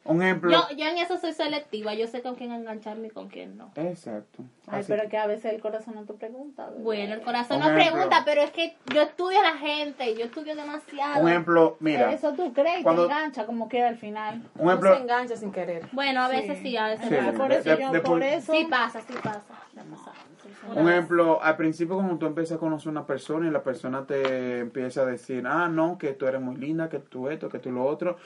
B: Un ejemplo.
D: Yo, yo en eso soy selectiva, yo sé con quién engancharme y con quién no.
B: Exacto.
C: Ay,
B: Así.
C: pero que a veces el corazón no te pregunta. bebé.
D: Bueno, el corazón
B: Un
D: no
B: ejemplo.
D: pregunta, pero es que yo estudio a la gente, yo estudio demasiado.
B: Un ejemplo, mira.
C: Eso tú crees y
B: Cuando-
C: te engancha como queda al final.
B: Un
A: No se
B: ejemplo.
A: engancha sin querer.
D: Bueno, a veces sí, a veces
B: Sí.
D: pasa.
C: Por eso
B: de-
C: yo,
B: de-
C: por
B: de-
C: eso...
D: Sí pasa, sí pasa. Me ha pasado, sí, sí.
B: Un ejemplo, al principio cuando tú empiezas a conocer a una persona y la persona te empieza a decir, ah, no, que tú eres muy linda, que tú esto, que tú lo otro,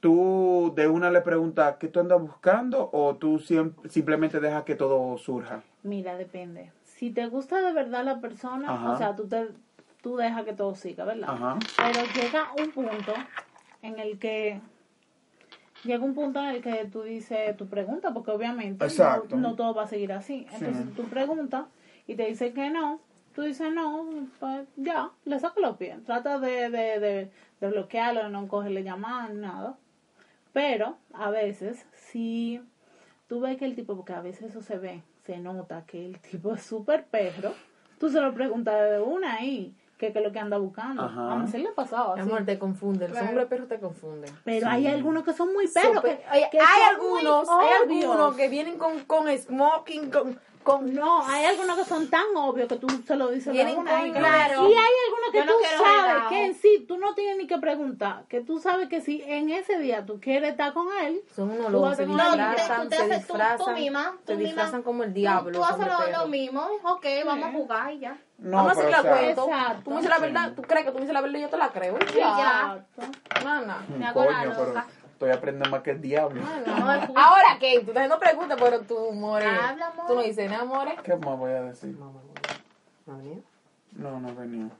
B: tú de una le preguntas, ¿qué tú andas buscando? ¿O tú siem- simplemente dejas que todo surja?
C: Mira, depende. Si te gusta de verdad la persona,
B: Ajá.
C: o sea, tú, te, tú dejas que todo siga, ¿verdad?
B: Ajá.
C: Pero llega un punto en el que... Llega un punto en el que tú dices tu pregunta, porque obviamente
B: Exacto.
C: no, no todo va a seguir así. Entonces tú preguntas y te dicen que no. Tú dices no, pues ya, le saco los pies. Trata de, de, de, de bloquearlo, no cogerle llamadas, nada. Pero a veces, si tú ves que el tipo, porque a veces eso se ve, se nota que el tipo es súper perro, tú se lo preguntas de una ahí, que, que es lo que anda buscando.
B: Ajá.
C: A mí se le ha pasado así.
A: Amor, te confunden. Los
C: Claro.
A: hombres perros te confunden.
C: Pero hay algunos que son muy perros.
A: Súper-
C: que-
A: Oye,
C: que
A: hay
C: son muy
A: algunos, hay
C: obvios.
A: algunos que vienen con, con smoking, con, con
C: No, hay algunos que son tan obvios que tú se lo dices de
A: Vienen
C: una ahí.
A: con- claro.
C: Y hay algunos que
D: Yo no
C: tú
D: quiero
C: sabes
D: relajo.
C: que en sí tú no tienes ni que preguntar. Que tú sabes que si en ese día tú quieres estar con él,
A: Son unos
C: Tú
A: locos,
C: vas a
A: se
C: tener- No, tú te-
A: disfrazan,
D: tú te
A: se
D: haces- tú- tú
A: disfrazan,
D: misma, tú
A: se
D: misma.
A: disfrazan como el
D: Tú-
A: diablo.
D: Tú
A: los
D: haces
A: hombres
D: lo,
A: perros.
D: lo mismo, ok, vamos a jugar y ya.
B: No,
A: Vamos a
B: pero,
A: hacer la
B: o sea,
A: cuento.
C: Exacto.
A: Tú me dices la verdad, tú crees que tú me dices la verdad y yo te la creo.
D: ya.
C: exacto.
A: Nana.
D: Me hago la
B: coño, pero
D: loca.
B: Estoy aprendiendo más que el diablo.
A: Ah,
D: No, es justo.
A: Ahora, Kate, tú estás haciendo preguntas, pero tú, more.
D: Habla, amor.
A: Tú no dices nada, more.
B: ¿Qué más voy a decir?
E: Mamá, ¿No ha venido?
B: No, no he venido.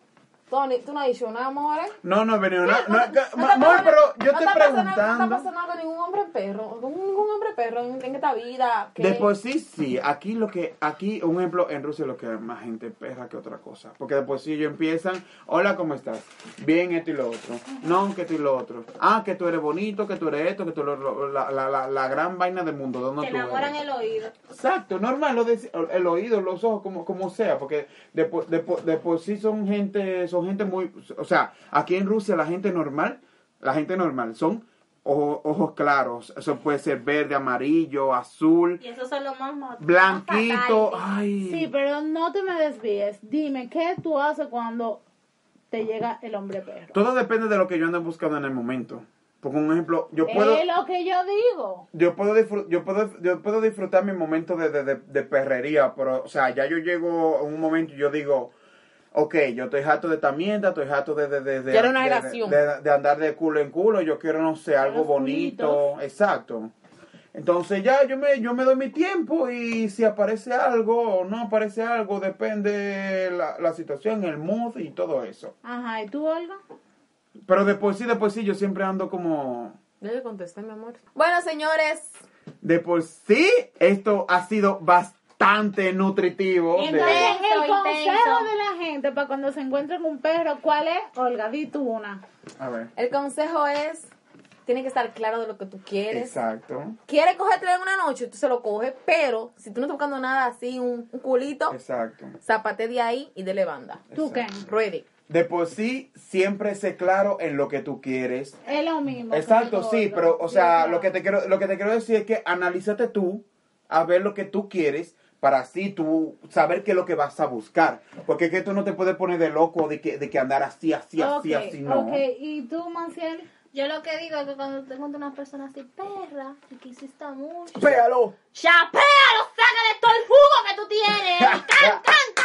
A: Tony, tú no has dicho nada, more.
B: No, no he venido. No, no,
A: te-
B: ca-
A: Ah, no
B: ma-
A: te
B: amor,
A: pasa-
B: pero yo
A: no
B: estoy
A: te pasa nada- No te
B: preguntando.
A: pasa nada con ningún hombre perro, con ningún hombre perro en, en esta vida. Que...
B: Después sí, sí. Aquí lo que, aquí, un ejemplo, en Rusia lo que hay más gente perra que otra cosa. Porque después sí ellos empiezan, hola, ¿cómo estás? Bien, esto y lo otro. No, que esto y lo otro. Ah, que tú eres bonito, que tú eres esto, que tú eres lo- la, la, la, la gran vaina del mundo. ¿Dónde
D: Te
B: tú
D: enamoran
B: eres?
D: el oído.
B: Exacto, normal, lo de- el oído, los ojos, como, como sea, porque después después sí son gente, son gente muy, o sea, aquí en Rusia la gente normal, la gente normal son ojo- ojos claros, eso puede ser verde, amarillo, azul,
D: Y eso son los más mot-
B: blanquito,
D: más fatales.
B: ay,
C: Sí, pero no te me desvíes. Dime, ¿qué tú haces cuando te llega el hombre perro?
B: todo depende de lo que yo ando buscando en el momento. Por un ejemplo, yo puedo,
C: Es lo que yo digo.
B: yo puedo, disfru- yo puedo, yo puedo disfrutar mi momento de, de, de- de perrería, pero, o sea, ya yo llego a un momento y yo digo, ok, yo estoy harto de esta mierda, estoy harto de, de, de, de,
A: Ya era una
B: de-
A: relación.
B: de- de andar de culo en culo, yo quiero, no sé, algo
C: Los
B: bonito,
C: culitos.
B: exacto. Entonces ya yo me, yo me doy mi tiempo y si aparece algo o no aparece algo, depende la, la situación, el mood y todo eso.
C: Ajá, ¿y tú, Olga?
B: Pero después sí, después sí, yo siempre ando como...
A: Ya le contesté, mi amor. Bueno, señores,
B: De por sí, esto ha sido bastante nutritivo. de-
D: Entonces,
C: Entonces, el
D: intenso.
C: consejo de la gente para cuando se encuentren un perro, ¿cuál es? Olga, di tú una.
B: A ver.
A: el consejo es: tienes que estar claro de lo que tú quieres.
B: Exacto.
A: Quieres cogértelo en una noche, tú se lo coges, pero si tú no estás buscando nada así, un, un culito,
B: Exacto.
A: zapate de ahí y dele banda.
C: ¿Tú qué?
A: Ready.
B: De por sí, siempre sé claro en lo que tú quieres.
C: Es lo mismo. que
B: Exacto,
C: dijo
B: sí,
C: Olga.
B: pero, o sea,
C: Yo
B: lo que te quiero, lo que te quiero decir es que analízate tú a ver lo que tú quieres para así tú saber qué es lo que vas a buscar. Porque es que tú no te puedes poner de loco de que, de que andar así, así,
C: creo.
B: así,
C: Ok,
B: así, no.
C: ok. ¿y tú, Manciel?
D: Yo lo que digo es que cuando te encuentras una persona así, perra, y que hiciste mucho,
B: ¡Pégalo!
D: ¡Chapéalo! ¡Sácale todo el jugo que tú tienes! ¡Can, can, can,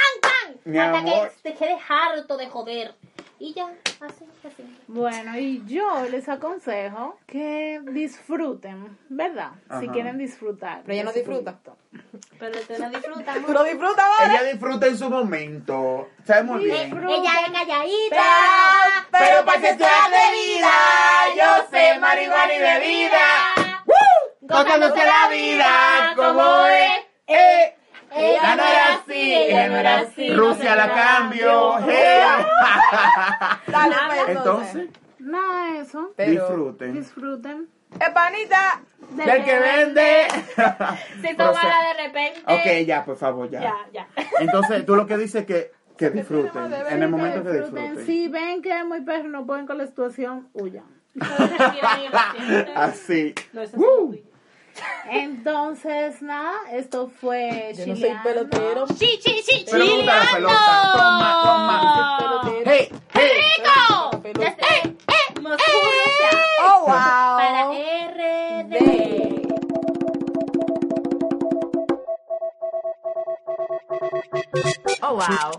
D: can!
B: Mi
D: Hasta
B: amor.
D: que te quedes harto de joder. Y ya, así, así.
C: Bueno, y yo les aconsejo que disfruten, ¿verdad? Si
B: Ajá.
C: quieren disfrutar.
A: Pero ella no
C: de su
A: disfruta.
C: proyecto.
D: Pero tú no disfrutas
A: Tú
D: mucho.
A: lo disfrutas ahora.
B: Ella disfruta en su momento. Sabemos bien.
C: Disfruta.
D: Ella es calladita.
A: Pero- pero pa' que sea
D: bebida,
A: bebida, yo sé marihuana y bebida.
D: Gozándose la vida como es.
B: Eh,
D: Ella no era así, ella no era así.
B: Rusia la cambio. eh.
A: Dale, pues,
B: Entonces,
C: Nada de eso.
A: Pero-
B: disfruten.
C: Disfruten.
A: Eh, Epanita.
B: Del que vende.
D: Si
B: Pero, o sea,
D: tomara de repente.
B: ok, ya, por favor, ya.
D: Ya, ya.
B: Entonces, tú lo que dices es que, que disfruten. En el momento que
C: Disfruten.
B: disfruten.
C: Si ven que es muy perro, no pueden con la situación, huyan.
B: Así.
D: Uh.
C: Entonces, nada, esto fue
A: Yo no soy
C: Chileando.
A: pelotero.
D: Sí, sí, sí,
B: Pero me gusta la pelota. Toma, toma.
A: Pelotero.
B: Hey, hey.
D: ¡Rico!
A: Pelotero.
D: Desde- ¡Eh! ¡Eh!
A: Oh,
D: Para
A: wow.
D: RD.
A: Oh, wow.